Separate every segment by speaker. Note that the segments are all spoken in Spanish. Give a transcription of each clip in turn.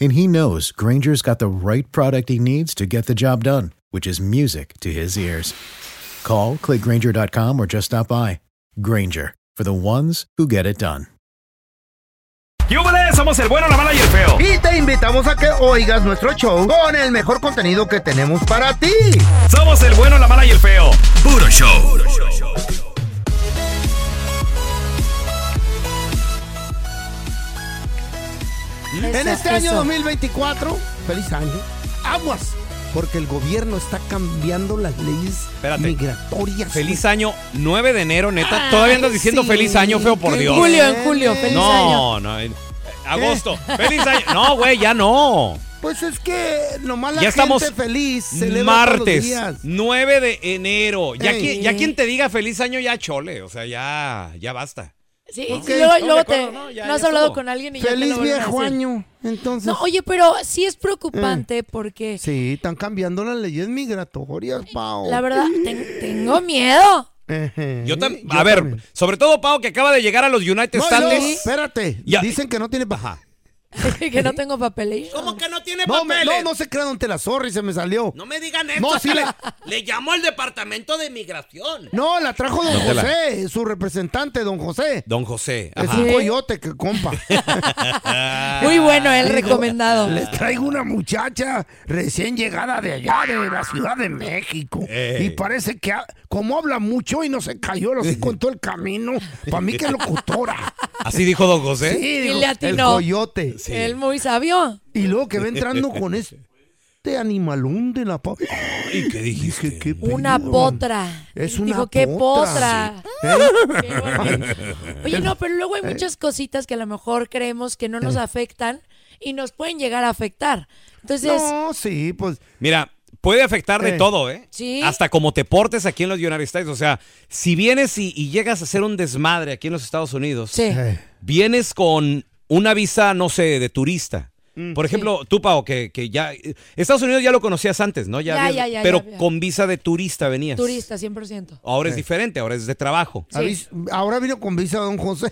Speaker 1: And he knows Granger's got the right product he needs to get the job done, which is music to his ears. Call, click Granger.com, or just stop by. Granger, for the ones who get it done.
Speaker 2: ¡Yúbele! Somos el bueno, la mala y el feo.
Speaker 3: Y te invitamos a que oigas nuestro show con el mejor contenido que tenemos para ti.
Speaker 2: Somos el bueno, la mala y el feo. Puro show.
Speaker 3: En
Speaker 4: Eso,
Speaker 3: este año
Speaker 4: eso.
Speaker 3: 2024, feliz año, aguas, porque el gobierno está cambiando las leyes
Speaker 2: Espérate.
Speaker 3: migratorias.
Speaker 2: Feliz año, 9 de enero, neta. Todavía andas
Speaker 3: Ay,
Speaker 2: diciendo
Speaker 3: sí,
Speaker 2: feliz año, feo, por
Speaker 3: qué
Speaker 2: Dios.
Speaker 4: Julio, en julio, feliz
Speaker 2: no,
Speaker 4: año.
Speaker 2: no. eh, Agosto. ¡Feliz año! No, güey, ya no.
Speaker 3: Pues es que nomás la
Speaker 2: Ya estamos
Speaker 3: gente feliz celebra todos los
Speaker 2: Martes,
Speaker 3: días.
Speaker 2: 9 de enero. Ya,
Speaker 3: Ey.
Speaker 2: quien, ya quien te diga feliz año, ya chole. O sea, ya, ya basta.
Speaker 4: Sí,
Speaker 2: Ok.
Speaker 4: sí, luego, luego te,
Speaker 2: Recuerdo, no,
Speaker 4: no,
Speaker 2: ya-
Speaker 4: has
Speaker 2: ya
Speaker 4: hablado
Speaker 2: estuvo.
Speaker 4: con alguien y ya te lo
Speaker 3: Feliz
Speaker 4: vuelven a
Speaker 3: viejo
Speaker 4: decir.
Speaker 3: año. Entonces,
Speaker 4: No, oye, pero sí es preocupante porque
Speaker 3: sí, Oh. están cambiando las leyes migratorias, Pao.
Speaker 4: la verdad ten- tengo miedo.
Speaker 3: Ejé,
Speaker 2: Yo tam- a ver,
Speaker 3: también.
Speaker 2: sobre todo Pau, que acaba de llegar a los United
Speaker 3: No, y luego,
Speaker 2: States.
Speaker 3: espérate,
Speaker 2: Ya.
Speaker 3: dicen que no tiene baja.
Speaker 4: que no tengo papel.
Speaker 2: ¿Cómo que no tiene
Speaker 3: No, me-
Speaker 2: papeles?
Speaker 3: no, no se crean ante la zorra y se me salió.
Speaker 2: No me digan
Speaker 3: No,
Speaker 2: esto.
Speaker 3: sí le-
Speaker 2: le llamo al departamento de migración.
Speaker 3: No, la trajo don
Speaker 2: No te la-
Speaker 3: José, su representante, don José.
Speaker 2: Don José.
Speaker 3: Es
Speaker 2: ajá.
Speaker 3: un coyote, que compa.
Speaker 4: Ah, Muy bueno el recomendado.
Speaker 3: Les traigo una muchacha recién llegada de allá, de la Ciudad de México.
Speaker 2: Ey.
Speaker 3: Y parece que, ha- como habla mucho y no se cayó, lo sí contó el camino. Para mí que es locutora.
Speaker 2: Así dijo Don José.
Speaker 3: Sí,
Speaker 4: Y
Speaker 3: digo,
Speaker 4: le
Speaker 3: el
Speaker 4: atinó.
Speaker 3: coyote.
Speaker 4: Él muy sabio.
Speaker 3: Y luego que va entrando con este animalón de la... pa-
Speaker 2: ¿Y qué dijiste?
Speaker 3: Dije, qué
Speaker 4: Una
Speaker 3: pedo.
Speaker 4: potra.
Speaker 3: Es
Speaker 4: Él
Speaker 3: una
Speaker 4: Dijo, qué
Speaker 3: potra.
Speaker 4: potra.
Speaker 3: ¿Eh?
Speaker 4: Qué bonito. Oye, no, pero luego hay muchas cositas que a lo mejor creemos que no nos
Speaker 3: Eh.
Speaker 4: afectan y nos pueden llegar a afectar. Entonces,
Speaker 3: No, sí, pues...
Speaker 2: Mira, puede afectar de
Speaker 3: Eh.
Speaker 2: todo, ¿eh?
Speaker 4: Sí.
Speaker 2: Hasta como te portes aquí en los United States. O sea, si vienes y, y llegas a hacer un desmadre aquí en los Estados Unidos,
Speaker 4: sí.
Speaker 3: eh,
Speaker 2: vienes con una visa, no sé, de turista.
Speaker 4: Mm,
Speaker 2: Por ejemplo, tú, Pao, que, que ya... Estados Unidos ya lo conocías antes, ¿no?
Speaker 4: Ya,
Speaker 2: habías-
Speaker 4: ya, ya,
Speaker 2: Pero
Speaker 4: ya, ya.
Speaker 2: con visa de turista venías.
Speaker 4: Turista, 100%.
Speaker 2: Ahora es diferente, ahora es de trabajo.
Speaker 3: avis- Ahora vino con visa don José.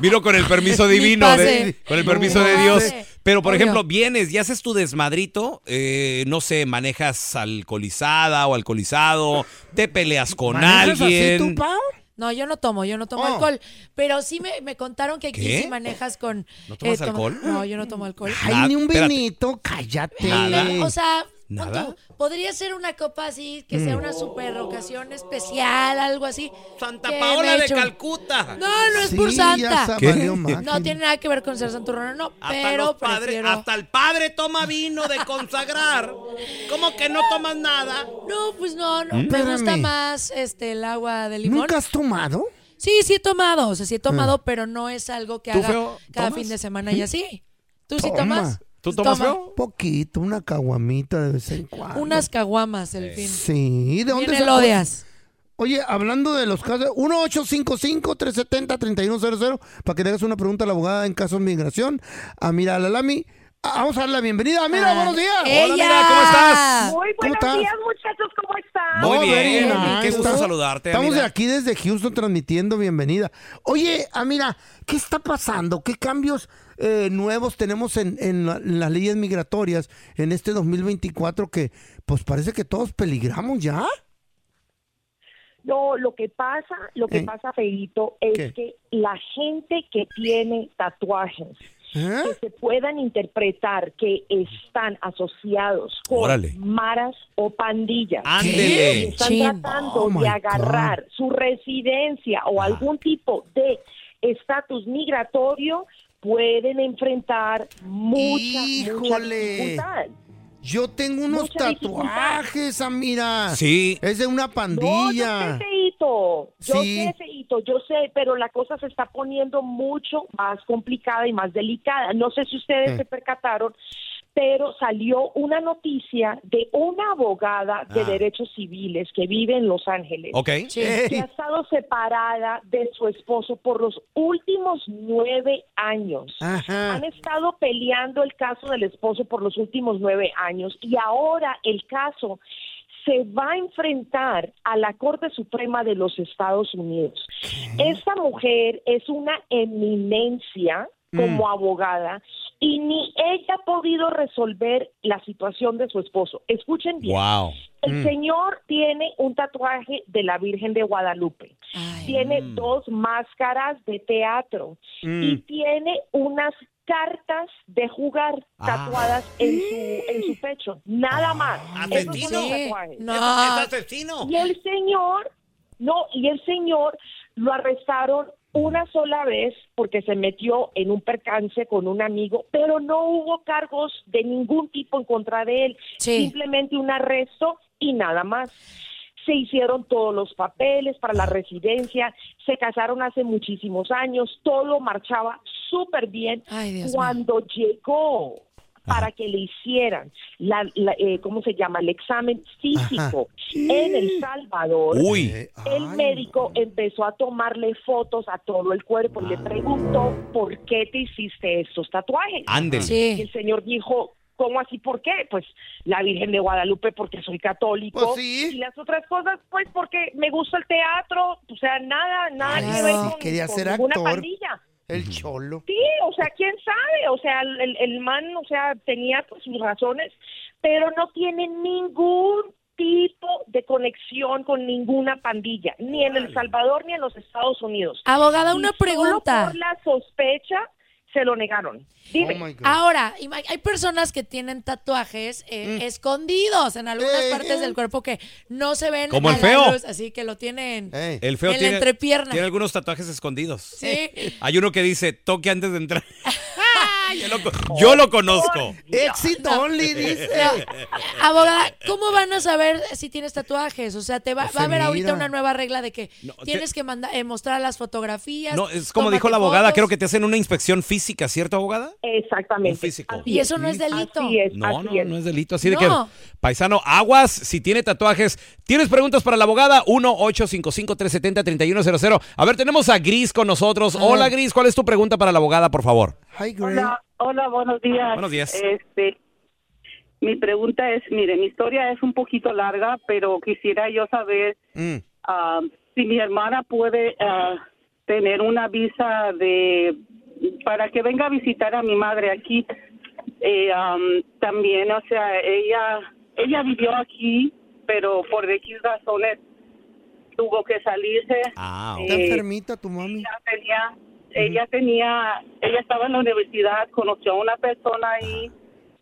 Speaker 2: Vino con el permiso
Speaker 4: Ni
Speaker 2: divino, de-
Speaker 4: pase.
Speaker 2: con el permiso
Speaker 4: Ni
Speaker 2: de
Speaker 4: pase.
Speaker 2: Dios. Pero, por
Speaker 4: Obvio.
Speaker 2: ejemplo, vienes y haces tu desmadrito, eh, no sé, manejas alcoholizada o alcoholizado, te peleas con
Speaker 3: ¿Manejas
Speaker 2: alguien.
Speaker 3: así tú, Pao?
Speaker 4: No, yo no tomo, yo no tomo
Speaker 3: Oh.
Speaker 4: alcohol. Pero sí me, me contaron que aquí
Speaker 2: ¿Qué?
Speaker 4: sí manejas con. eh,
Speaker 2: ¿No tomas
Speaker 4: toma-
Speaker 2: alcohol?
Speaker 4: No, yo no tomo alcohol.
Speaker 3: Ay,
Speaker 2: Nada,
Speaker 3: ni un
Speaker 2: espérate.
Speaker 3: vinito, cállate.
Speaker 2: Nada.
Speaker 4: O sea, pon
Speaker 2: ¿Nada? Mm.
Speaker 4: tú, podría ser una copa así, que sea una super ocasión especial, algo así. que me echo-
Speaker 2: Calcuta.
Speaker 4: No, no es por
Speaker 3: Sí, ya
Speaker 4: Santa.
Speaker 3: sa-
Speaker 2: ¿Qué?
Speaker 3: valió máquina.
Speaker 4: No tiene nada que ver con ser santurrón, no, pero prefiero...
Speaker 2: el padre toma vino de consagrar. ¿Cómo que no tomas nada?
Speaker 4: No, pues no, no, me
Speaker 3: Mm. Espérame.
Speaker 4: gusta más este el agua de limón.
Speaker 3: ¿Nunca has tomado?
Speaker 4: Sí, sí he tomado, o sea, sí he tomado, pero no es algo que
Speaker 2: Mm. ¿Tú,
Speaker 4: haga
Speaker 2: feo,
Speaker 4: cada
Speaker 2: tomas?
Speaker 4: fin de semana y así. ¿Tú sí
Speaker 3: Toma.
Speaker 4: tomas? Pues
Speaker 2: ¿Tú tomas,
Speaker 4: Toma
Speaker 2: feo?
Speaker 3: Poquito, una caguamita de vez en cuando.
Speaker 4: Unas caguamas
Speaker 2: Eh.
Speaker 4: el fin.
Speaker 3: Sí, ¿de dónde
Speaker 4: Bien
Speaker 3: sacó?
Speaker 4: elodias.
Speaker 3: Oye, hablando de los casos, 1-855-370-3100, para que le hagas una pregunta a la abogada en caso de migración, a Mira Lalami. Ah, Vamos a darle la bienvenida. Mira,
Speaker 4: Ah,
Speaker 3: buenos días.
Speaker 4: ¡Ella!
Speaker 2: Mira, ¿cómo estás?
Speaker 5: Muy
Speaker 3: Ah, ¿Cómo
Speaker 5: buenos
Speaker 3: estás?
Speaker 5: días, muchachos, ¿cómo están?
Speaker 2: Muy
Speaker 3: No,
Speaker 2: bien,
Speaker 3: very
Speaker 2: qué gusto saludarte,
Speaker 3: Ah, Estamos
Speaker 2: Amira.
Speaker 3: aquí desde Houston transmitiendo, bienvenida. Oye, Amira, ¿qué está pasando? ¿Qué cambios eh, nuevos tenemos en, en la- en las leyes migratorias en este 2024 que pues parece que todos peligramos ya?
Speaker 5: No, lo que pasa, lo que
Speaker 3: Eh.
Speaker 5: pasa, Feito, es
Speaker 3: ¿Qué?
Speaker 5: que la gente que tiene tatuajes
Speaker 3: ¿Eh?
Speaker 5: que se puedan interpretar que están asociados con
Speaker 2: Órale.
Speaker 5: maras o pandillas.
Speaker 2: Ándele.
Speaker 5: que Están
Speaker 4: Chin.
Speaker 5: tratando
Speaker 3: Oh, my Ah.
Speaker 5: de agarrar su residencia o algún tipo de estatus migratorio, pueden enfrentar mucha, mucha
Speaker 3: Híjole.
Speaker 5: dificultad.
Speaker 3: Yo tengo unos
Speaker 5: Mucha dificultad.
Speaker 3: tatuajes, Amira.
Speaker 2: Sí.
Speaker 3: Es de una
Speaker 5: No, yo sé,
Speaker 3: pandilla.
Speaker 5: feíto. Yo
Speaker 3: Sí.
Speaker 5: sé, feíto, yo sé, pero la cosa se está poniendo mucho más complicada y más delicada. No sé si ustedes
Speaker 3: Eh.
Speaker 5: se percataron, pero salió una noticia de una abogada de
Speaker 3: Ah.
Speaker 5: derechos civiles que vive en Los Ángeles.
Speaker 2: Ok.
Speaker 4: Sí.
Speaker 5: que ha
Speaker 3: Ey,
Speaker 5: estado separada de su esposo por los últimos nueve años.
Speaker 3: Ajá.
Speaker 5: Han estado peleando el caso del esposo por los últimos nueve años y ahora el caso se va a enfrentar a la Corte Suprema de los Estados Unidos. Esta mujer es una eminencia como abogada y ni ella ha podido resolver la situación de su esposo. Escuchen bien.
Speaker 2: Wow.
Speaker 5: El señor tiene un tatuaje de la Virgen de Guadalupe,
Speaker 4: Ay.
Speaker 5: tiene dos máscaras de teatro y tiene unas cartas de jugar tatuadas en su en su pecho, nada más. Esos son los
Speaker 4: Sí.
Speaker 5: tatuajes.
Speaker 4: No.
Speaker 2: asesino.
Speaker 5: Y el señor, no, y el señor lo arrestaron una sola vez porque se metió en un percance con un amigo, pero no hubo cargos de ningún tipo en contra de él,
Speaker 4: Sí.
Speaker 5: simplemente un arresto y nada más. Se hicieron todos los papeles para la residencia, se casaron hace muchísimos años, todo marchaba súper bien.
Speaker 4: Ay, Dios mío.
Speaker 5: Cuando llegó para que le hicieran, la, la, eh, ¿cómo se llama? El examen físico en El Salvador.
Speaker 2: Uy.
Speaker 5: El
Speaker 3: ay,
Speaker 5: médico empezó a tomarle fotos a todo el cuerpo
Speaker 3: Ah.
Speaker 5: y le preguntó por qué te hiciste estos tatuajes.
Speaker 3: Ah.
Speaker 2: Ándele.
Speaker 5: Y
Speaker 4: Sí.
Speaker 5: el señor dijo, ¿cómo así? ¿Por qué? Pues la Virgen de Guadalupe porque soy católico.
Speaker 3: Pues sí.
Speaker 5: Y las otras cosas, pues porque me gusta el teatro. O sea, nada, nada
Speaker 4: Claro.
Speaker 5: que ver
Speaker 4: Sí,
Speaker 5: con,
Speaker 3: quería
Speaker 5: con
Speaker 3: ser
Speaker 5: ninguna
Speaker 3: actor.
Speaker 5: pandilla.
Speaker 3: El cholo.
Speaker 5: Sí, o sea, quién sabe, o sea, el, el man, o sea, tenía pues, sus razones, pero no tiene ningún tipo de conexión con ninguna pandilla, ni en El Salvador ni en los Estados Unidos.
Speaker 4: Abogada, una
Speaker 5: Y solo
Speaker 4: pregunta.
Speaker 5: por la sospecha se lo negaron. Dime.
Speaker 3: Oh my God.
Speaker 2: Ah.
Speaker 4: Ahora, ima- hay personas que tienen tatuajes
Speaker 2: Mm.
Speaker 4: eh, escondidos en algunas
Speaker 3: Eh,
Speaker 4: partes
Speaker 3: eh.
Speaker 4: del cuerpo que no se ven.
Speaker 2: Como
Speaker 4: a
Speaker 2: el
Speaker 4: la
Speaker 2: feo.
Speaker 4: luz, así que lo tienen.
Speaker 3: Ey.
Speaker 2: El feo
Speaker 4: En la
Speaker 2: tiene,
Speaker 4: entrepierna.
Speaker 2: tiene algunos tatuajes escondidos.
Speaker 4: Sí.
Speaker 2: Hay uno que dice, toque antes de entrar. yo, lo, co- yo lo conozco.
Speaker 3: Exit only, dice.
Speaker 4: No, Abogada, ¿cómo van a saber si tienes tatuajes? O sea, te va,
Speaker 3: Pues
Speaker 4: va a haber
Speaker 3: mira.
Speaker 4: ahorita una nueva regla de que
Speaker 2: No, te-
Speaker 4: tienes que manda- eh, mostrar las fotografías.
Speaker 2: No, es como
Speaker 4: tómate
Speaker 2: dijo la abogada,
Speaker 4: fotos,
Speaker 2: creo que te hacen una inspección física, ¿cierto, abogada?
Speaker 5: Exactamente.
Speaker 2: Un físico.
Speaker 5: Así
Speaker 4: Y
Speaker 5: es.
Speaker 4: eso no es delito.
Speaker 5: Así es,
Speaker 2: No,
Speaker 5: así
Speaker 2: no,
Speaker 5: es.
Speaker 2: no es delito. Así de
Speaker 4: No.
Speaker 2: que, paisano, aguas, si tiene tatuajes. ¿Tienes preguntas para la abogada? 1-855-370-3100. A ver, tenemos a Gris con nosotros. Hola, Gris, ¿cuál es tu pregunta para la abogada, por favor?
Speaker 3: Hi, Greg.
Speaker 6: Hola, hola, buenos días.
Speaker 2: Buenos días.
Speaker 6: Este, mi pregunta es, mire, mi historia es un poquito larga, pero quisiera yo saber
Speaker 3: Mm.
Speaker 6: ah, si mi hermana puede ah, tener una visa de para que venga a visitar a mi madre aquí. Eh, am, también, o sea, ella ella vivió aquí, pero por X razones tuvo que salirse.
Speaker 2: Ah,
Speaker 3: Está
Speaker 6: Eh,
Speaker 3: enfermita tu mami.
Speaker 6: ella tenía, ella tenía, ella estaba en la universidad, conoció a una persona ahí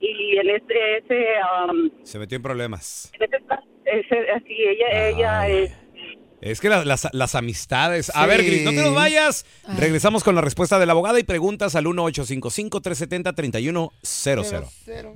Speaker 6: y en ese, ese, um,
Speaker 2: Se metió en problemas.
Speaker 6: en ese, ese- así, ella, ella,
Speaker 2: Ay.
Speaker 6: eh,
Speaker 2: Es que la- las, las amistades. A
Speaker 3: Sí. Ah.
Speaker 2: ver, Gris, no te nos vayas. Regresamos con la respuesta de la abogada y preguntas al 1-855-370-3100.
Speaker 3: Cero.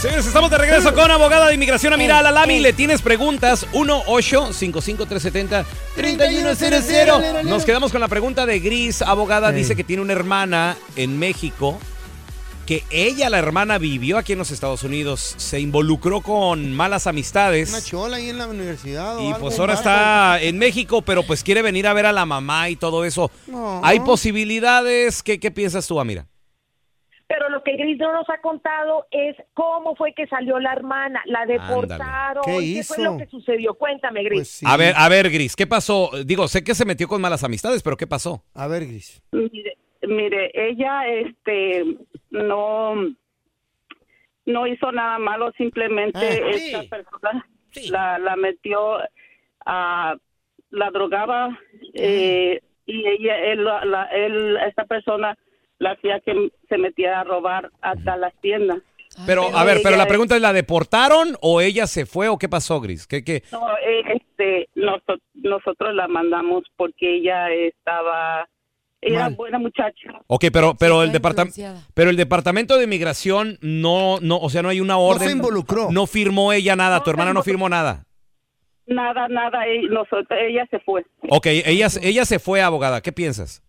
Speaker 2: Señores, estamos de regreso con abogada de inmigración Ah, Amiral Alami. Le tienes preguntas. 1-855-370-3100. Nos quedamos con la pregunta de Gris. Abogada dice que tiene una hermana en México. Que ella, la hermana, vivió aquí en los Estados Unidos. Se involucró con malas amistades.
Speaker 3: Una chola ahí en la universidad. o
Speaker 2: Y
Speaker 3: algo,
Speaker 2: pues
Speaker 3: un
Speaker 2: ahora
Speaker 3: barco.
Speaker 2: está en México, pero pues quiere venir a ver a la mamá y todo eso.
Speaker 3: No.
Speaker 2: Hay posibilidades. ¿Qué, qué piensas tú, Amira?
Speaker 5: Pero lo que Gris no nos ha contado es cómo fue que salió la hermana, la deportaron,
Speaker 3: ¿Qué
Speaker 5: fue
Speaker 3: hizo?
Speaker 5: lo que sucedió. Cuéntame, Gris.
Speaker 3: Pues sí.
Speaker 2: A ver, a ver, Gris, ¿qué pasó? Digo, sé que se metió con malas amistades, pero ¿qué pasó?
Speaker 3: A ver, Gris.
Speaker 6: mire, mire, ella, este, no, no hizo nada malo, simplemente
Speaker 3: Ah, sí.
Speaker 6: esta
Speaker 3: Ah.
Speaker 6: persona la, la metió, a, la drogaba eh, y ella, él, la- la- él- esta persona la hacía que se metiera a robar hasta las tiendas.
Speaker 4: Ah,
Speaker 2: Pero, a ver, pero la pregunta es, ¿la deportaron o ella se fue o qué pasó, Gris? ¿Qué, qué?
Speaker 6: No, eh, este, noso- nosotros la mandamos porque ella estaba, era
Speaker 3: Mal.
Speaker 6: buena muchacha.
Speaker 2: Ok, pero, pero, el
Speaker 4: estaba
Speaker 2: departam-
Speaker 4: influenciada.
Speaker 2: pero el departamento de inmigración no, no, o sea, no hay una
Speaker 3: No se
Speaker 2: orden.
Speaker 3: involucró.
Speaker 2: No firmó ella nada,
Speaker 6: No
Speaker 2: tu
Speaker 6: se
Speaker 2: hermana no
Speaker 6: involucró.
Speaker 2: firmó nada.
Speaker 6: Nada, nada, eh, nosotros, ella se fue.
Speaker 2: Ok, ella, ella se fue, abogada, ¿qué piensas?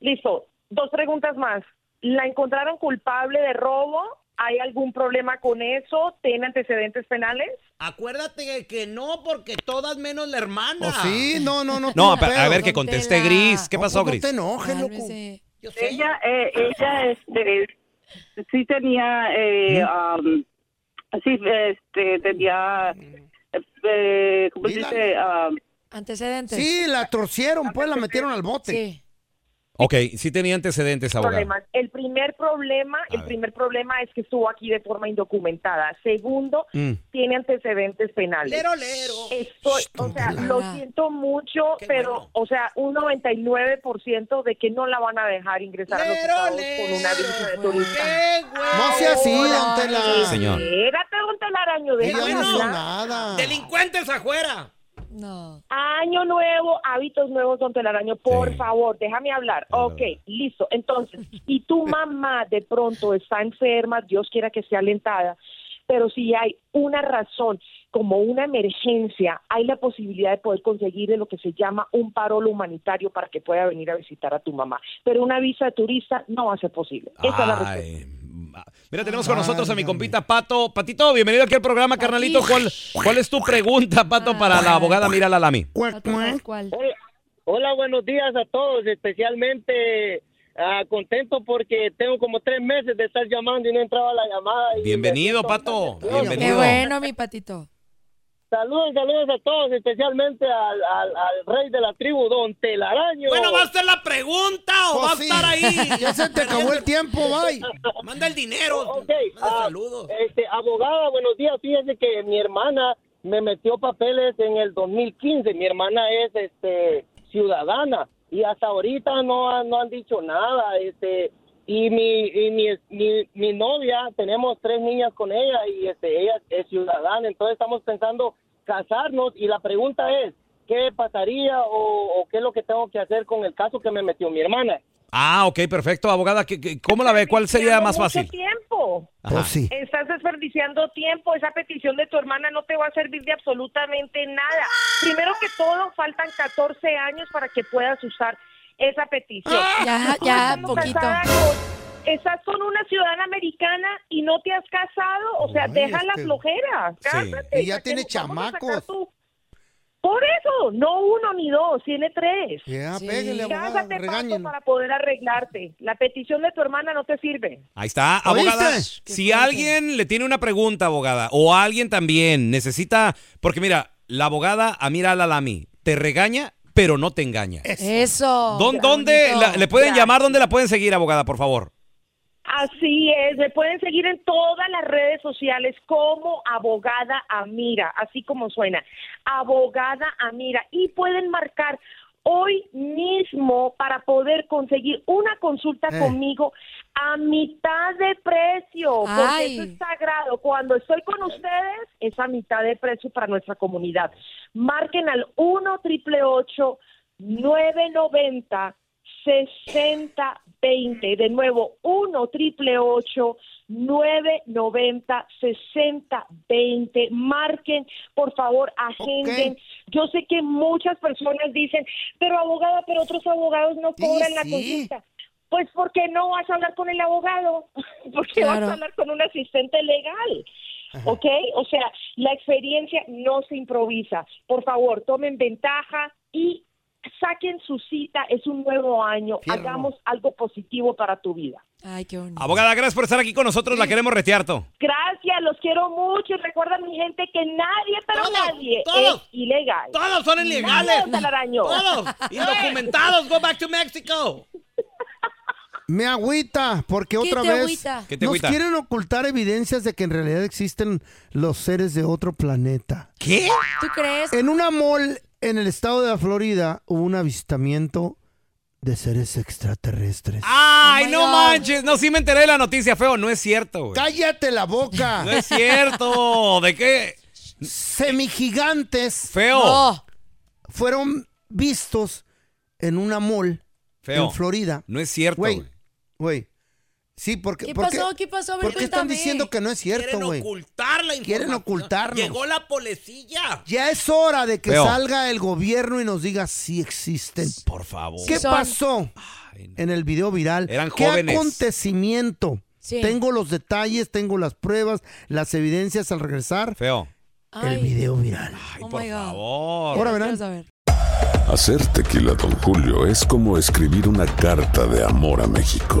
Speaker 5: Listo, dos preguntas más. ¿La encontraron culpable de robo? ¿Hay algún problema con eso? ¿Tiene antecedentes penales?
Speaker 2: Acuérdate que no, porque todas menos la hermana.
Speaker 3: Pues sí, no, no, no. tiene
Speaker 2: No, pero, a
Speaker 3: pedo.
Speaker 2: ver, que
Speaker 4: Don
Speaker 2: conteste
Speaker 4: Tela.
Speaker 2: Gris. ¿Qué
Speaker 3: No,
Speaker 2: pasó,
Speaker 3: pues
Speaker 2: Gris?
Speaker 3: No te
Speaker 4: Ah,
Speaker 3: enojes, loco.
Speaker 4: Cálmese.
Speaker 6: Ella, eh, ella, este, sí tenía, eh, um, sí, este, tenía, eh, ¿cómo se
Speaker 3: Dila.
Speaker 6: dice? Um,
Speaker 4: Antecedentes.
Speaker 3: Sí, la torcieron, pues la metieron al bote.
Speaker 4: Sí.
Speaker 2: Ok, sí tenía antecedentes, abogada.
Speaker 5: Problemas. El primer problema, el
Speaker 2: ver.
Speaker 5: primer problema es que estuvo aquí de forma indocumentada. Segundo,
Speaker 2: Mm.
Speaker 5: tiene antecedentes penales. Estoy, o sea,
Speaker 4: Tómala.
Speaker 5: lo siento mucho,
Speaker 2: Qué
Speaker 5: pero,
Speaker 2: bueno.
Speaker 5: o sea, un 99% de que no la van a dejar ingresar a los estados con una visa de turista.
Speaker 3: No sea así,
Speaker 5: Ahora,
Speaker 3: don Tela.
Speaker 2: Señor.
Speaker 5: Espérate, don Telaraño,
Speaker 3: Ella
Speaker 5: déjame
Speaker 3: no hizo
Speaker 5: hablar.
Speaker 3: nada.
Speaker 2: ¡Delincuentes afuera!
Speaker 4: No.
Speaker 5: Año nuevo, hábitos nuevos, don Telaraño, por
Speaker 2: Sí.
Speaker 5: favor, déjame hablar. Ok, listo. Entonces, y tu mamá de pronto está enferma, Dios quiera que sea alentada, pero si hay una razón, como una emergencia, hay la posibilidad de poder conseguir de lo que se llama un parol humanitario para que pueda venir a visitar a tu mamá. Pero una visa de turista no va a ser posible. Esa es la respuesta.
Speaker 2: Ay, ma- Mira, tenemos con nosotros a mi compita Pato. Patito, bienvenido aquí al programa, carnalito. ¿Cuál, cuál es tu pregunta, Pato, para la abogada Mira la Lami?
Speaker 3: Cuac, cuac.
Speaker 4: ¿Cuál?
Speaker 7: Hola, hola, buenos días a todos, especialmente ah, contento porque tengo como tres meses de estar llamando y no entraba la llamada. y
Speaker 2: Bienvenido,
Speaker 7: me siento
Speaker 2: Pato.
Speaker 7: tan nervioso.
Speaker 4: Qué
Speaker 2: Bienvenido.
Speaker 4: bueno, mi patito.
Speaker 7: Saludos, saludos a todos, especialmente al, al- al rey de la tribu, Don Telaraño.
Speaker 2: ser la pregunta
Speaker 3: Pues sí. Ya se te acabó el tiempo, bye.
Speaker 2: Manda el dinero.
Speaker 7: Ok, ah, Este, abogada, buenos días. Fíjese que mi hermana me metió papeles en el 2015. Mi hermana es este ciudadana y hasta ahorita no, ha- no han dicho nada. Este, y mi, y mi, mi, mi novia, tenemos tres niñas con ella y este, ella es ciudadana. Entonces estamos pensando casarnos y la pregunta es, ¿qué pasaría o, o qué es lo que tengo que hacer con el caso que me metió mi hermana?
Speaker 2: Ah, ok, perfecto, abogada. ¿qué- qué- ¿Cómo la ve? ¿Cuál sería
Speaker 5: Desperdiciando
Speaker 2: más
Speaker 5: mucho
Speaker 2: fácil?
Speaker 5: tiempo.
Speaker 3: Pues sí.
Speaker 5: Estás desperdiciando tiempo. Esa petición de tu hermana no te va a servir de absolutamente nada. Primero que todo, faltan 14 años para que puedas usar esa petición.
Speaker 4: Ya, ya,
Speaker 5: Estamos
Speaker 4: poquito.
Speaker 5: casada con- Estás con una ciudadana americana y no te has casado. O sea,
Speaker 3: Ay,
Speaker 5: deja la
Speaker 3: este-
Speaker 5: flojera. Cásate.
Speaker 3: Y ya
Speaker 5: ¿Para qué
Speaker 3: tiene
Speaker 5: nos vamos a sacar
Speaker 3: chamacos.
Speaker 5: tú? Por eso, no uno ni dos, tiene tres.
Speaker 3: Ya,
Speaker 4: Sí.
Speaker 3: pégale, abogada,
Speaker 5: Cásate, Pato,
Speaker 3: regáñenlo.
Speaker 5: para poder arreglarte. La petición de tu hermana no te sirve.
Speaker 2: Ahí está,
Speaker 3: ¿Oíste?
Speaker 2: abogada.
Speaker 3: Qué
Speaker 2: Si alguien le tiene una pregunta, abogada, o alguien también necesita, porque mira, la abogada Amira Lalami te regaña, pero no te engaña.
Speaker 4: Eh,
Speaker 3: Oh,
Speaker 4: Eso.
Speaker 2: ¿Dó-
Speaker 4: Qué
Speaker 2: ¿Dónde
Speaker 4: bonito.
Speaker 2: la- le pueden
Speaker 5: Gracias.
Speaker 2: llamar? ¿Dónde la pueden seguir, abogada, por favor?
Speaker 5: Así es, me pueden seguir en todas las redes sociales como Abogada Amira, así como suena, Abogada Amira, y pueden marcar hoy mismo para poder conseguir una consulta
Speaker 3: Eh.
Speaker 5: conmigo a mitad de precio, porque
Speaker 4: Ay.
Speaker 5: eso es sagrado. Cuando estoy con ustedes es a mitad de precio para nuestra comunidad. Marquen al 1 triple 990 6020. De nuevo, 1 triple 990 6020. Marquen, por favor, agenden.
Speaker 3: Ok.
Speaker 5: Yo sé que muchas personas dicen, pero abogada, pero otros abogados no
Speaker 3: Sí,
Speaker 5: cobran la
Speaker 3: sí.
Speaker 5: consulta. Pues porque no vas a hablar con el abogado, porque
Speaker 4: Claro.
Speaker 5: vas a hablar con un asistente legal. ¿Ok? O sea, la experiencia no se improvisa. Por favor, tomen ventaja y saquen su cita. Es un nuevo año.
Speaker 3: Fierro.
Speaker 5: Hagamos algo positivo para tu vida.
Speaker 4: Ay, qué bonito.
Speaker 2: Abogada, gracias por estar aquí con nosotros, la queremos retearto.
Speaker 5: Gracias, los quiero mucho. Y recuerda, mi gente, que nadie, pero
Speaker 2: Todos,
Speaker 5: nadie
Speaker 2: todos.
Speaker 5: es ilegal.
Speaker 2: Todos son
Speaker 5: ilegales. Todos, telaraño. Todos.
Speaker 2: indocumentados, go back to Mexico.
Speaker 3: Me agüita, porque
Speaker 4: ¿Qué
Speaker 3: otra
Speaker 4: te
Speaker 3: vez
Speaker 4: agüita?
Speaker 2: ¿Qué te
Speaker 3: nos
Speaker 2: agüita?
Speaker 3: quieren ocultar evidencias de que en realidad existen los seres de otro planeta.
Speaker 2: ¿Qué?
Speaker 4: ¿Tú crees?
Speaker 3: En una mall en el estado de la Florida hubo un avistamiento de seres extraterrestres.
Speaker 2: Ah, ¡Ay, no manches! No, sí me enteré de la noticia, feo. No es cierto, güey.
Speaker 3: ¡Cállate la boca!
Speaker 2: No es cierto. ¿De qué?
Speaker 3: Semigigantes
Speaker 2: Feo.
Speaker 4: No.
Speaker 3: fueron vistos en una mall
Speaker 2: Feo.
Speaker 3: en Florida.
Speaker 2: No es cierto,
Speaker 3: Güey,
Speaker 2: güey.
Speaker 3: Güey. Sí, porque.
Speaker 4: ¿Qué
Speaker 3: ¿por
Speaker 4: pasó? ¿Qué pasó? A ver,
Speaker 3: ¿Por qué están
Speaker 4: cuéntame.
Speaker 3: diciendo que no es cierto, güey?
Speaker 2: ocultar la
Speaker 3: Quieren información. ocultarnos. Llegó
Speaker 2: la policía.
Speaker 3: Ya es hora de que
Speaker 2: Feo.
Speaker 3: salga el gobierno y nos diga si existen.
Speaker 2: Por favor.
Speaker 3: ¿Qué
Speaker 4: son.
Speaker 3: pasó
Speaker 2: Ay, no.
Speaker 3: en el video viral?
Speaker 2: Eran
Speaker 3: ¿Qué
Speaker 2: jóvenes.
Speaker 3: acontecimiento?
Speaker 4: Sí.
Speaker 3: Tengo los detalles, tengo las pruebas, las evidencias al regresar.
Speaker 2: Feo.
Speaker 3: El
Speaker 4: Ay,
Speaker 3: video viral.
Speaker 2: Ay,
Speaker 4: Oh
Speaker 2: por
Speaker 4: my God.
Speaker 2: favor.
Speaker 3: Ahora verán.
Speaker 4: quiero saber.
Speaker 8: Hacer tequila, Don Julio, es como escribir una carta de amor a México.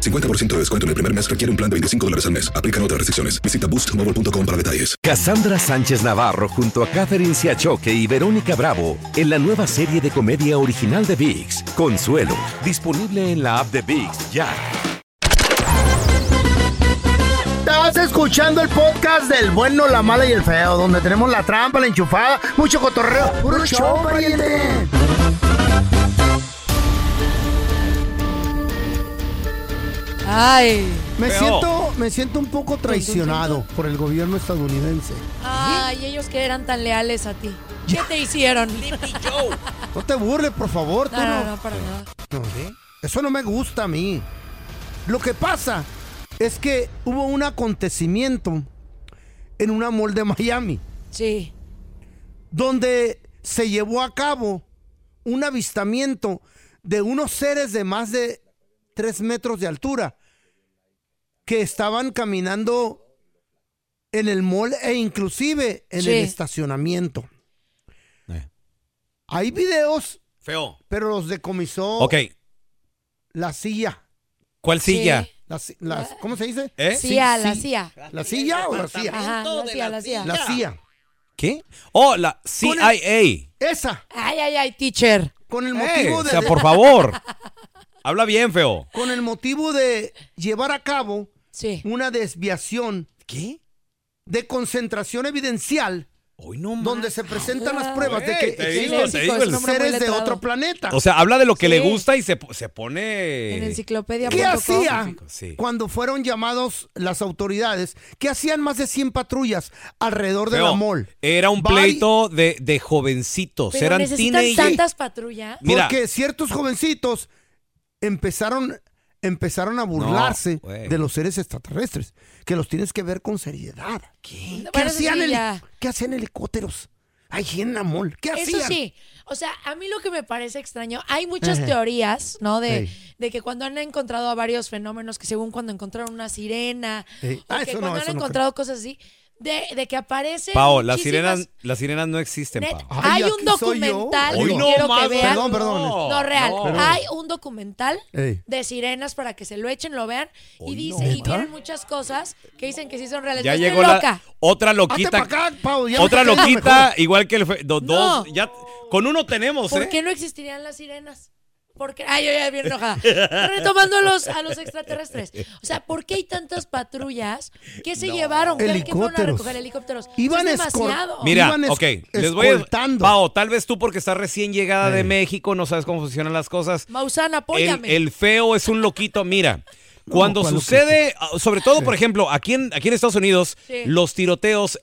Speaker 9: 50% de descuento en el primer mes requiere un plan de 25 dólares al mes. Aplican otras restricciones. Visita boostmobile.com para detalles.
Speaker 10: Cassandra Sánchez Navarro junto a Catherine Siachoque y Verónica Bravo en la nueva serie de comedia original de VIX, Consuelo, disponible en la app de VIX ya.
Speaker 3: Estás escuchando el podcast del bueno, la mala y el feo, donde tenemos la trampa, la enchufada, mucho cotorreo. ¡Puro show, pariente!
Speaker 4: Ay.
Speaker 3: Me
Speaker 2: Feo.
Speaker 3: siento, me siento un poco traicionado por el gobierno estadounidense.
Speaker 4: Ay, ellos que eran tan leales a ti. ¿Qué te hicieron?
Speaker 3: No te burles, por favor. tú
Speaker 4: No, no,
Speaker 3: no-
Speaker 4: no, para nada.
Speaker 3: No, Eso no me gusta a mí. Lo que pasa es que hubo un acontecimiento en una mall de Miami
Speaker 4: Sí.
Speaker 3: donde se llevó a cabo un avistamiento de unos seres de más de 3 metros de altura que estaban caminando en el mall e inclusive en
Speaker 4: Sí.
Speaker 3: el estacionamiento.
Speaker 2: Eh.
Speaker 3: Hay videos,
Speaker 2: Feo.
Speaker 3: pero los decomisó
Speaker 2: Ok.
Speaker 3: la silla.
Speaker 2: ¿Cuál
Speaker 4: Sí.
Speaker 2: silla?
Speaker 3: La ci- las- ¿Cómo se dice?
Speaker 2: ¿Eh?
Speaker 3: Sí,
Speaker 4: CIA, la
Speaker 3: sí.
Speaker 4: CIA.
Speaker 3: Ah. ¿La silla o la silla?
Speaker 4: Ajá, la CIA, la CIA.
Speaker 3: La silla.
Speaker 2: ¿Qué? Oh, la CIA.
Speaker 3: Esa,
Speaker 4: Ay, ay, ay, teacher.
Speaker 3: con el
Speaker 2: Ey,
Speaker 3: motivo
Speaker 2: o
Speaker 3: de,
Speaker 2: sea, por favor. Habla bien, feo.
Speaker 3: con el motivo de llevar a cabo
Speaker 4: Sí.
Speaker 3: una desviación
Speaker 2: ¿Qué?
Speaker 3: de concentración evidencial
Speaker 2: Hoy no
Speaker 3: donde
Speaker 2: más.
Speaker 3: se presentan las pruebas de que
Speaker 2: Güey, te digo,
Speaker 3: existen
Speaker 2: te digo, el-
Speaker 3: seres de
Speaker 4: letrado.
Speaker 3: otro planeta.
Speaker 2: O sea, habla de lo que
Speaker 4: Sí.
Speaker 2: le gusta y se, po- se pone.
Speaker 4: En enciclopedia.
Speaker 3: ¿Qué hacía
Speaker 2: Sí.
Speaker 3: cuando fueron llamados las autoridades? ¿Qué hacían más de 100 patrullas alrededor de
Speaker 2: Feo.
Speaker 3: la mall?
Speaker 2: Era un
Speaker 3: Vari-
Speaker 2: pleito de, de jovencitos.
Speaker 4: Pero
Speaker 2: Pues Eran
Speaker 4: necesitan
Speaker 2: teenagers.
Speaker 4: tantas patrullas.
Speaker 2: Mira.
Speaker 3: Porque ciertos jovencitos empezaron, empezaron a burlarse
Speaker 2: güey.
Speaker 3: de los seres extraterrestres, que los tienes que ver con seriedad. ¿Qué,
Speaker 4: Bueno, eso
Speaker 3: hacían,
Speaker 4: sí,
Speaker 3: heli-
Speaker 4: ya.
Speaker 3: qué hacían helicópteros? Ahí en la mall. ¿Qué
Speaker 4: Eso
Speaker 3: hacían?
Speaker 4: sí, o sea, a mí lo que me parece extraño, hay muchas
Speaker 3: Ajá.
Speaker 4: teorías, ¿no? De,
Speaker 3: Ey.
Speaker 4: de que cuando han encontrado a varios fenómenos, que según cuando encontraron una sirena,
Speaker 3: Ey.
Speaker 4: o
Speaker 3: Ah,
Speaker 4: que
Speaker 3: eso no,
Speaker 4: cuando han
Speaker 3: eso no
Speaker 4: encontrado cosas así, de, de que aparece.
Speaker 2: Pao, las sirenas, las sirenas no existen, Pao.
Speaker 3: Ay,
Speaker 4: hay un
Speaker 3: aquí soy yo.
Speaker 4: documental,
Speaker 3: Hoy
Speaker 4: que
Speaker 3: no
Speaker 4: quiero
Speaker 2: más,
Speaker 4: que vean.
Speaker 3: Perdón, perdón. este.
Speaker 4: No, real.
Speaker 2: no.
Speaker 4: Hay un documental
Speaker 3: Ey.
Speaker 4: de sirenas para que se lo echen, lo vean. Y dice, y vienen muchas cosas que dicen que sí son reales.
Speaker 2: Ya
Speaker 4: Yo estoy
Speaker 2: llegó la,
Speaker 4: loca.
Speaker 2: otra
Speaker 3: Hazte pa'
Speaker 2: loquita.
Speaker 3: acá, Pau, ya me
Speaker 2: Otra
Speaker 3: estás viendo
Speaker 2: loquita,
Speaker 3: mejor.
Speaker 2: igual que el fe- do-
Speaker 4: No.
Speaker 2: dos. Ya, con uno tenemos,
Speaker 4: ¿Por
Speaker 2: ¿eh?
Speaker 4: qué no existirían las sirenas? Porque, ay, yo ya bien enojada. Retomando a los, a los extraterrestres. O sea, ¿por qué hay tantas patrullas que se llevaron? ¿Qué- ¿Qué fueron a
Speaker 3: Helicópteros.
Speaker 4: recoger helicópteros?
Speaker 3: Iban
Speaker 4: Eso es
Speaker 3: escor-
Speaker 4: demasiado.
Speaker 2: Mira,
Speaker 3: Iban es-
Speaker 2: ok, les voy a...
Speaker 3: escoltando.
Speaker 2: Pao, tal vez tú porque estás recién llegada de México, no sabes cómo funcionan las cosas.
Speaker 4: Mausana,
Speaker 2: El,
Speaker 4: apóyame.
Speaker 2: el feo es un loquito, mira. Cuando
Speaker 3: ¿cuál
Speaker 2: sucede, ah, sobre todo, por ejemplo, aquí en, aquí en Estados Unidos,
Speaker 4: Sí.
Speaker 2: los tiroteos,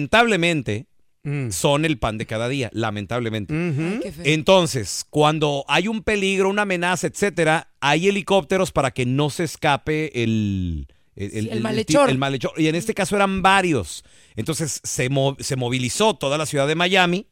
Speaker 2: lamentablemente,
Speaker 3: Mm.
Speaker 2: son el pan de cada día, lamentablemente.
Speaker 4: Ay, qué feo.
Speaker 2: Entonces, cuando hay un peligro, una amenaza, etcétera, hay helicópteros para que no se escape el, El,
Speaker 4: el malhechor.
Speaker 2: ti- El malhechor. Y en este caso eran varios. Entonces se, mo- se movilizó toda la ciudad de Miami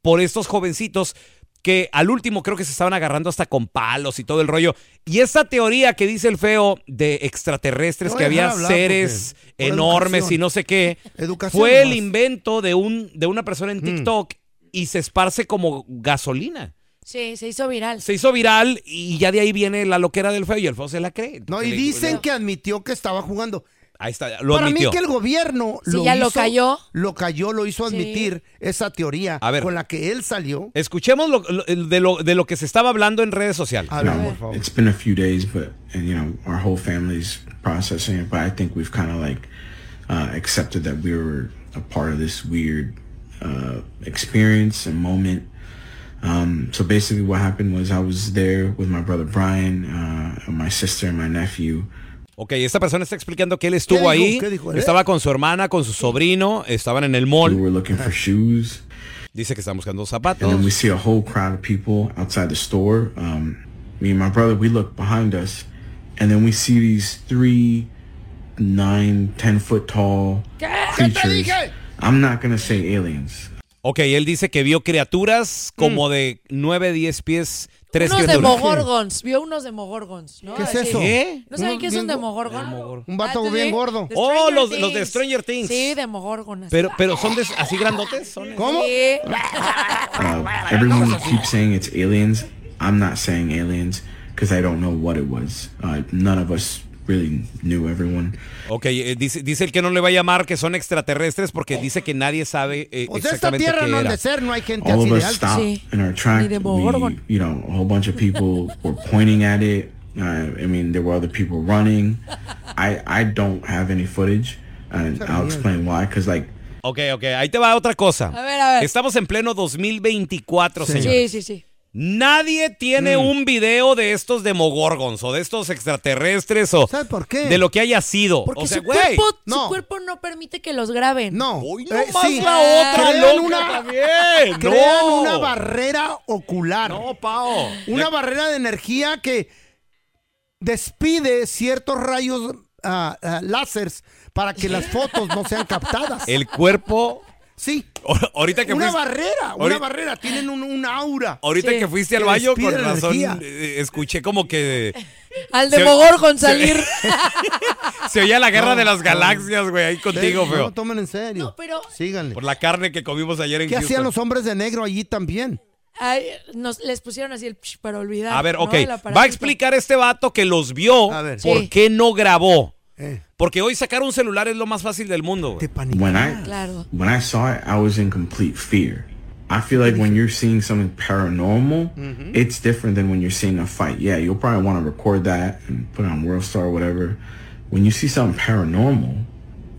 Speaker 2: por estos jovencitos que al último creo que se estaban agarrando hasta con palos y todo el rollo. Y esa teoría que dice el feo de extraterrestres,
Speaker 3: Te voy
Speaker 2: que
Speaker 3: a dejar
Speaker 2: había
Speaker 3: hablar
Speaker 2: seres
Speaker 3: porque- por
Speaker 2: enormes
Speaker 3: educación.
Speaker 2: y no sé qué,
Speaker 3: Educación
Speaker 2: fue el
Speaker 3: nomás.
Speaker 2: invento de, un, de una persona
Speaker 3: Mm.
Speaker 2: en TikTok y se esparce como gasolina.
Speaker 4: Sí, se hizo viral.
Speaker 2: Se hizo viral y ya de ahí viene la loquera del feo y el feo se la cree.
Speaker 3: No, y
Speaker 2: Le-
Speaker 3: dicen que admitió que estaba jugando.
Speaker 2: Ahí está, lo
Speaker 3: Para
Speaker 2: admitió.
Speaker 3: mí que el gobierno
Speaker 4: Sí, ya lo
Speaker 3: hizo-
Speaker 4: cayó.
Speaker 3: Lo cayó, lo hizo
Speaker 4: Sí.
Speaker 3: admitir esa teoría
Speaker 2: A ver. Eh,
Speaker 3: con la que él salió.
Speaker 2: Escuchemos lo- lo- de, lo, de lo que se estaba hablando en redes sociales.
Speaker 3: A ver, por favor.
Speaker 11: It's been a few days, but and you know our whole family's processing it. But I think we've kind of like uh, accepted that we were a part of this weird uh, experience and moment. Um, so basically, what happened was I was there with my brother Brian, uh, and my sister, and my nephew.
Speaker 2: Ok, esta persona está explicando que él estuvo
Speaker 11: dijo?
Speaker 2: ahí,
Speaker 11: ¿Qué dijo?
Speaker 2: estaba con su hermana, con su sobrino, estaban en el mall.
Speaker 11: We were looking for shoes.
Speaker 2: Dice que están buscando
Speaker 11: And then we
Speaker 2: zapatos.
Speaker 11: see a whole crowd of people outside the store. Um, me and my brother, we look behind us, and then we see these three, nine, ten foot tall creatures. I'm not gonna say aliens.
Speaker 2: Ok, él dice que vio criaturas
Speaker 3: Mm.
Speaker 2: como de 9, 10 pies, tres
Speaker 4: unos
Speaker 2: criaturas.
Speaker 4: demogorgons. Vio unos demogorgons, ¿no?
Speaker 2: ¿Qué es
Speaker 4: Así.
Speaker 2: eso? ¿Qué?
Speaker 4: ¿No saben
Speaker 2: Uno
Speaker 4: qué es
Speaker 2: bien
Speaker 4: un
Speaker 2: go-
Speaker 4: demogorgon?
Speaker 2: Un vato
Speaker 4: Ah, tú
Speaker 2: bien
Speaker 4: sí.
Speaker 2: gordo.
Speaker 4: The
Speaker 2: Oh,
Speaker 4: Stranger
Speaker 2: los de- los de
Speaker 4: Things.
Speaker 2: Stranger Things.
Speaker 4: Sí, demogorgon. así.
Speaker 2: Pero, pero son de- así grandotes. Son
Speaker 4: ¿Cómo? Sí.
Speaker 11: Uh, everyone keeps saying it's aliens. I'm not saying aliens because I don't know what it was. Uh, none of us really knew everyone.
Speaker 2: Ok, eh, dice, dice el que no le va a llamar que son extraterrestres porque dice que nadie sabe eh,
Speaker 3: O sea, Pues esta
Speaker 2: exactamente
Speaker 3: tierra
Speaker 2: qué
Speaker 3: no han
Speaker 2: era.
Speaker 3: de ser, no hay gente
Speaker 11: all
Speaker 3: así
Speaker 11: of
Speaker 3: de
Speaker 11: us
Speaker 3: alta.
Speaker 11: stopped in our track.
Speaker 3: Ni de
Speaker 11: We,
Speaker 3: Bogorgon.
Speaker 11: you know, a whole bunch of people were pointing at it. Uh, I mean, there were other people running. I I don't have any footage, and I'll explain why. Because like
Speaker 2: Ok, ok, ahí te va otra cosa.
Speaker 4: A ver, a ver.
Speaker 2: Estamos en pleno 2024, señores.
Speaker 4: Sí, sí, sí.
Speaker 2: Nadie
Speaker 3: Mm.
Speaker 2: tiene un video de estos demogorgons o de estos extraterrestres o de lo que haya sido. o sea,
Speaker 4: su,
Speaker 2: güey.
Speaker 4: cuerpo, su cuerpo no permite que los graben.
Speaker 3: No.
Speaker 2: no
Speaker 3: Eh,
Speaker 2: más
Speaker 3: sí.
Speaker 2: la otra
Speaker 3: Crean
Speaker 2: loca
Speaker 3: una-
Speaker 2: también.
Speaker 3: crean
Speaker 2: no.
Speaker 3: una barrera ocular. No,
Speaker 2: Pao.
Speaker 3: Una barrera de energía que despide ciertos rayos ah, ah, lásers para que las fotos no sean captadas.
Speaker 2: El cuerpo.
Speaker 3: Sí.
Speaker 2: Ahorita que
Speaker 3: una
Speaker 2: fuiste-
Speaker 3: barrera, una
Speaker 2: eh, pues, ahorita-
Speaker 3: barrera, tienen un, un aura.
Speaker 2: Ahorita que fuiste al baño, con
Speaker 3: despide la
Speaker 2: razón,
Speaker 3: energía.
Speaker 2: eh, escuché como que
Speaker 4: Al
Speaker 2: Se-
Speaker 4: demogorgon
Speaker 2: se-
Speaker 4: salir.
Speaker 2: se oía la guerra
Speaker 3: No,
Speaker 2: de las
Speaker 3: no.
Speaker 2: galaxias, güey, ahí contigo,
Speaker 3: Sí,
Speaker 2: feo.
Speaker 3: No, tomen en serio.
Speaker 4: pero-
Speaker 3: Síganle.
Speaker 2: Por la carne que comimos ayer en
Speaker 3: ¿Qué hacían
Speaker 2: Houston.
Speaker 3: los hombres de negro allí también?
Speaker 4: Ay, nos, les pusieron así el psh para olvidar.
Speaker 2: A ver,
Speaker 4: ¿no?
Speaker 2: ok.
Speaker 4: El
Speaker 2: Va a
Speaker 4: aparatito.
Speaker 2: explicar este vato que los vio por
Speaker 4: Sí.
Speaker 2: qué no grabó.
Speaker 3: Eh.
Speaker 2: Porque hoy sacar un celular es lo más fácil del mundo, güey.
Speaker 11: when
Speaker 2: ¿eh?
Speaker 11: I when I saw it, I was in complete fear. I feel like when you're seeing something paranormal,
Speaker 12: Mhm.
Speaker 11: it's different than when you're seeing a fight. Yeah, you'll probably want to record that and put it on World Star or whatever. When you see something paranormal,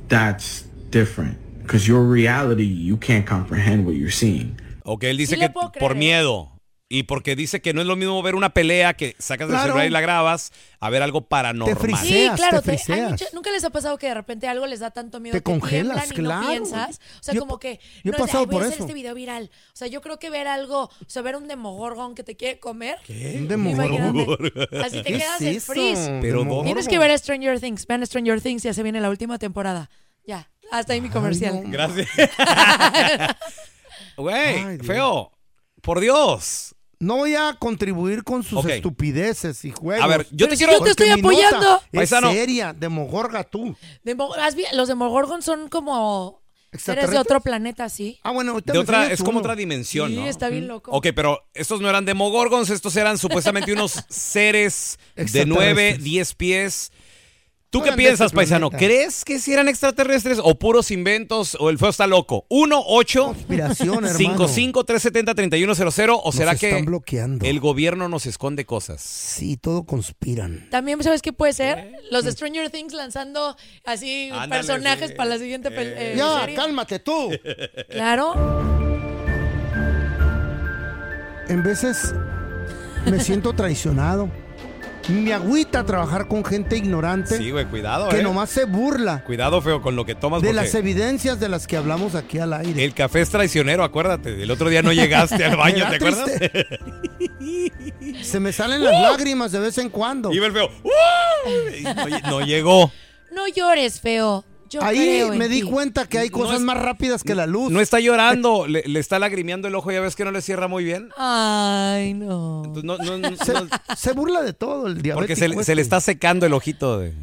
Speaker 11: that's different because your reality you can't comprehend what you're seeing.
Speaker 2: Ok, él dice
Speaker 11: Sí le
Speaker 2: que
Speaker 11: puedo
Speaker 2: por
Speaker 11: creer.
Speaker 2: miedo. Y porque dice que no es lo mismo ver una pelea que sacas del
Speaker 3: Claro.
Speaker 2: celular y la grabas a ver algo paranormal.
Speaker 4: Sí, claro.
Speaker 3: te
Speaker 4: te- hay
Speaker 3: friseas.
Speaker 4: mucha- Nunca les ha pasado que de repente algo les da tanto miedo
Speaker 3: Te
Speaker 4: que tiemblan
Speaker 3: congelas,
Speaker 4: y
Speaker 3: claro.
Speaker 4: no piensas. O sea,
Speaker 3: Yo he
Speaker 4: como
Speaker 3: pa-
Speaker 4: que
Speaker 3: yo he
Speaker 4: no es de,
Speaker 3: pasado
Speaker 4: "Ay, voy
Speaker 3: por
Speaker 4: a hacer
Speaker 3: eso.
Speaker 4: este video viral. O sea, yo creo que ver algo, o sea, ver un demogorgon que te quiere comer.
Speaker 3: Un demogorgon.
Speaker 4: imagínate. Así te
Speaker 3: ¿Qué
Speaker 4: quedas
Speaker 3: es
Speaker 4: en
Speaker 3: eso?
Speaker 4: freeze.
Speaker 2: Pero Demogorgon.
Speaker 4: Tienes que ver Stranger Things. Vean Stranger Things, ya se viene la última temporada. Ya, hasta ahí mi comercial.
Speaker 2: Gracias. Güey, feo. Por Dios.
Speaker 3: No voy a contribuir con sus estupideces y juegos.
Speaker 2: A ver, yo te Pero si quiero- yo te
Speaker 3: Porque
Speaker 2: estoy
Speaker 3: mi nota
Speaker 2: apoyando.
Speaker 3: Es
Speaker 2: Paisano.
Speaker 3: seria, demogorga tú.
Speaker 4: Demo- ¿has vi- los demogorgons son como seres de
Speaker 3: ¿Extraterrestres?
Speaker 4: otro planeta, ¿sí?
Speaker 3: Ah, bueno,
Speaker 2: De otra, es como otra dimensión,
Speaker 4: Sí,
Speaker 2: ¿no?
Speaker 4: está bien loco.
Speaker 2: Ok, pero estos no eran demogorgons, estos eran supuestamente unos seres de
Speaker 3: Extraterrestres.
Speaker 2: 9, 10 pies.
Speaker 3: No
Speaker 2: ¿Tú qué
Speaker 3: eran de este
Speaker 2: piensas, paisano?
Speaker 3: planeta.
Speaker 2: ¿Crees que si eran extraterrestres o puros inventos o el feo está loco? 1 8
Speaker 3: Conspiración, hermano.
Speaker 2: 55 370 3100 o
Speaker 3: Nos
Speaker 2: será
Speaker 3: están
Speaker 2: que
Speaker 3: bloqueando.
Speaker 2: el gobierno nos esconde cosas?
Speaker 3: Sí, todo conspiran.
Speaker 4: También, ¿sabes qué puede ser? Los de Stranger Things lanzando así
Speaker 3: Ándale,
Speaker 4: personajes
Speaker 3: sí.
Speaker 4: para la siguiente pel- eh,
Speaker 3: ya,
Speaker 4: serie.
Speaker 3: cálmate tú.
Speaker 4: Claro.
Speaker 3: En veces me siento traicionado. Me agüita trabajar con gente ignorante
Speaker 2: Sí, güey, cuidado,
Speaker 3: que
Speaker 2: eh.
Speaker 3: nomás se burla
Speaker 2: Cuidado, feo, con lo que tomas
Speaker 3: de
Speaker 2: porque
Speaker 3: las evidencias de las que hablamos aquí al aire.
Speaker 2: el café es traicionero, acuérdate. El otro día no llegaste al
Speaker 3: Me
Speaker 2: baño,
Speaker 3: da
Speaker 2: ¿te acuerdas? ¡Uh!
Speaker 3: Se me salen las lágrimas de vez en cuando.
Speaker 2: Iba el feo. ¡uh! Y no lle- no llegó.
Speaker 4: No llores, feo. Yo
Speaker 3: Ahí
Speaker 4: creo en
Speaker 3: me di
Speaker 4: ti.
Speaker 3: cuenta que hay cosas
Speaker 2: es-
Speaker 3: más rápidas que la luz.
Speaker 2: No está llorando, le, le está lagrimeando el ojo, ya ves que no le cierra muy bien.
Speaker 4: Ay, no.
Speaker 2: Entonces, no- no- no-
Speaker 3: Se,
Speaker 2: no-
Speaker 3: se burla de todo el Mm. diabético.
Speaker 2: porque se, le- se le
Speaker 3: este.
Speaker 2: está secando el ojito de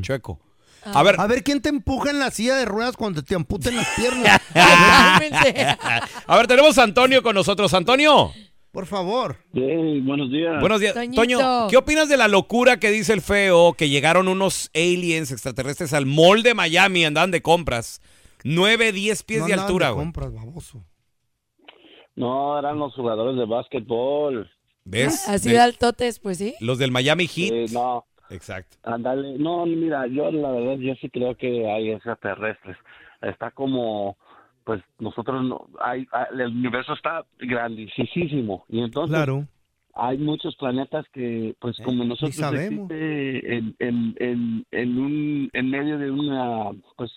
Speaker 2: chueco. A ver,
Speaker 3: A ver quién te empuja en la silla de ruedas cuando te amputen las piernas.
Speaker 2: a ver, tenemos a Antonio con nosotros. Antonio,
Speaker 3: Por favor.
Speaker 12: buenos días.
Speaker 2: buenos días.
Speaker 3: Toñito.
Speaker 2: Toño, ¿qué opinas de la locura que dice el feo que llegaron unos aliens extraterrestres al mall de Miami, andaban de compras? 9, 10 pies
Speaker 3: No
Speaker 2: de
Speaker 3: andaban
Speaker 2: altura,
Speaker 3: de
Speaker 2: güey.
Speaker 3: compras, baboso.
Speaker 12: No, eran los jugadores de básquetbol.
Speaker 2: ¿Ves?
Speaker 4: Así
Speaker 2: De-
Speaker 4: de altotes, pues sí.
Speaker 2: Los del Miami Heat.
Speaker 12: Eh, no,
Speaker 2: Exacto.
Speaker 12: ándale. No, mira, yo la verdad, yo sí creo que hay extraterrestres. Está como, pues nosotros, no, hay, hay- el universo está grandísimo. Y entonces,
Speaker 3: Claro.
Speaker 12: hay muchos planetas que, pues como nosotros
Speaker 3: Eh, sabemos.
Speaker 12: existe en, en, en, en un, en medio de una, pues,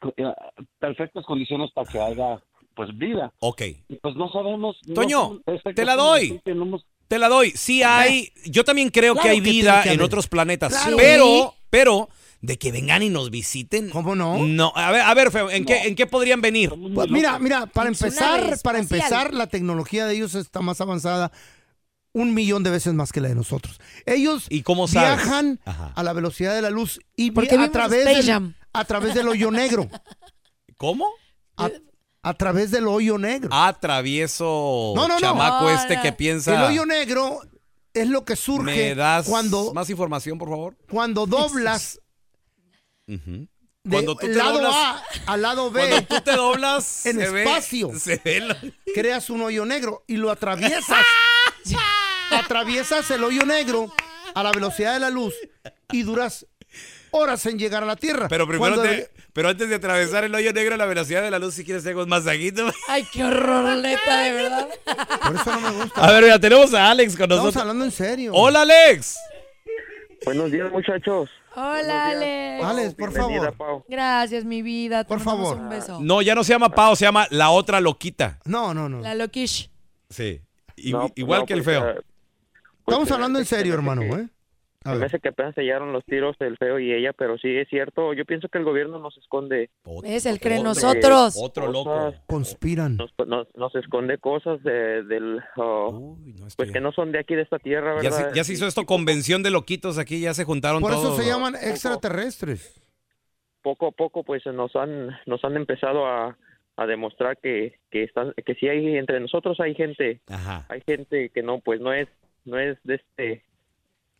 Speaker 12: co- eh, perfectas condiciones para que haya, pues, vida.
Speaker 2: Ok.
Speaker 12: Y pues no sabemos. no
Speaker 2: Toño,
Speaker 12: sabemos- esta
Speaker 2: te la
Speaker 12: cosa
Speaker 2: doy.
Speaker 12: que no hemos-
Speaker 2: Te la doy. Sí hay, yo también creo
Speaker 12: Claro
Speaker 2: que hay
Speaker 12: que
Speaker 2: vida
Speaker 12: tiene que
Speaker 2: en
Speaker 12: haber.
Speaker 2: otros planetas,
Speaker 12: Claro.
Speaker 2: pero, pero de que vengan y nos visiten.
Speaker 3: ¿Cómo no?
Speaker 2: No, a ver, a ver, feo, ¿en qué, en qué podrían venir?
Speaker 3: Pues mira, mira, para empezar,
Speaker 4: espacial.
Speaker 3: para empezar, la tecnología de ellos está más avanzada un millón de veces más que la de nosotros. Ellos
Speaker 2: ¿Y cómo sabes?
Speaker 3: viajan
Speaker 2: Ajá.
Speaker 3: a la velocidad de la luz y
Speaker 4: Porque
Speaker 3: a
Speaker 4: vimos
Speaker 3: través,
Speaker 4: Space
Speaker 3: del,
Speaker 4: Jam.
Speaker 3: a través del hoyo negro.
Speaker 2: ¿Cómo?
Speaker 3: A, a través del hoyo negro.
Speaker 2: Ah, travieso
Speaker 3: No, no, no.
Speaker 2: chamaco
Speaker 3: No,
Speaker 2: este
Speaker 3: no.
Speaker 2: que
Speaker 3: El
Speaker 2: piensa.
Speaker 3: hoyo negro es lo que surge
Speaker 2: ¿Me das
Speaker 3: cuando,
Speaker 2: más información, por favor?
Speaker 3: cuando doblas
Speaker 2: Ujú.
Speaker 3: de
Speaker 2: Cuando tú te
Speaker 3: lado
Speaker 2: doblas,
Speaker 3: A al lado
Speaker 2: cuando
Speaker 3: B,
Speaker 2: tú te doblas
Speaker 3: En
Speaker 2: se ve-
Speaker 3: espacio.
Speaker 2: se ve lo-
Speaker 3: creas un hoyo negro y lo atraviesas. atraviesas el hoyo negro a la velocidad de la luz y duras horas en llegar a la Tierra.
Speaker 2: Pero primero
Speaker 3: Cuando
Speaker 2: te- pero antes de atravesar el hoyo negro a la velocidad de la luz, si quieres hacer un masajito.
Speaker 4: Ay, qué horror, neta, de verdad.
Speaker 3: Por eso no me gusta.
Speaker 2: A ver, mira, tenemos a Alex con
Speaker 3: Estamos
Speaker 2: nosotros.
Speaker 3: hablando en serio.
Speaker 2: Hola, Alex.
Speaker 13: Buenos días, muchachos.
Speaker 4: Hola, Alex.
Speaker 3: Alex, por
Speaker 13: Bienvenida,
Speaker 3: favor.
Speaker 13: Pau.
Speaker 4: Gracias, mi vida. Por
Speaker 3: favor.
Speaker 4: Un beso.
Speaker 2: No, ya no se llama Pau, se llama la otra loquita.
Speaker 3: No, no, no.
Speaker 4: La loquish.
Speaker 2: Sí. I-
Speaker 13: No,
Speaker 2: igual
Speaker 13: no,
Speaker 2: que el
Speaker 13: pues,
Speaker 2: feo.
Speaker 13: ah, pues,
Speaker 3: Estamos
Speaker 13: se me
Speaker 3: hablando en
Speaker 13: hace- se me
Speaker 3: serio,
Speaker 13: hace
Speaker 3: hermano,
Speaker 13: que-
Speaker 3: ¿eh? A
Speaker 13: Se me
Speaker 3: ver.
Speaker 13: hace que apenas se llegaron los tiros del feo y ella, pero sí es cierto. Yo pienso que el gobierno nos esconde.
Speaker 4: Es el cree en
Speaker 13: Otro-
Speaker 4: nosotros.
Speaker 2: Otro
Speaker 13: Pues,
Speaker 2: loco.
Speaker 13: cosas,
Speaker 3: Conspiran.
Speaker 13: Nos, nos, nos esconde cosas de, del. oh, pues que no son de aquí, de esta tierra,
Speaker 2: Ya se,
Speaker 13: ¿verdad?
Speaker 2: ya se hizo esto convención de loquitos aquí, ya se juntaron
Speaker 3: Por eso
Speaker 2: todos.
Speaker 3: se llaman extraterrestres.
Speaker 13: Poco a poco, pues nos han, nos han empezado a, a demostrar que, que, están, que sí hay, entre nosotros hay gente.
Speaker 2: Ajá.
Speaker 13: Hay gente que no, pues no es, no es de este.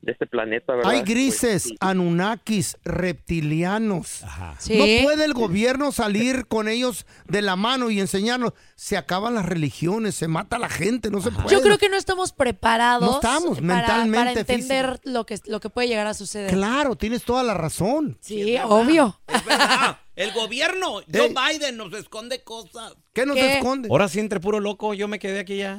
Speaker 13: De este planeta, ¿verdad?
Speaker 3: Hay
Speaker 13: Pues,
Speaker 3: grises,
Speaker 13: sí.
Speaker 3: anunnakis, reptilianos.
Speaker 2: Ajá.
Speaker 4: Sí.
Speaker 3: No puede el gobierno salir con ellos de la mano y enseñarnos. Se acaban las religiones, se mata la gente, no se puede.
Speaker 4: Yo creo que no estamos preparados
Speaker 3: No estamos,
Speaker 4: para,
Speaker 3: mentalmente,
Speaker 4: para entender lo que, lo que puede llegar a suceder.
Speaker 3: Claro, tienes toda la razón.
Speaker 4: Sí, obvio.
Speaker 2: Es verdad. El gobierno,
Speaker 3: Joe
Speaker 2: Biden, nos esconde cosas.
Speaker 3: ¿Qué nos
Speaker 4: ¿Qué?
Speaker 3: esconde?
Speaker 2: Ahora sí, entre puro loco, yo me quedé aquí ya.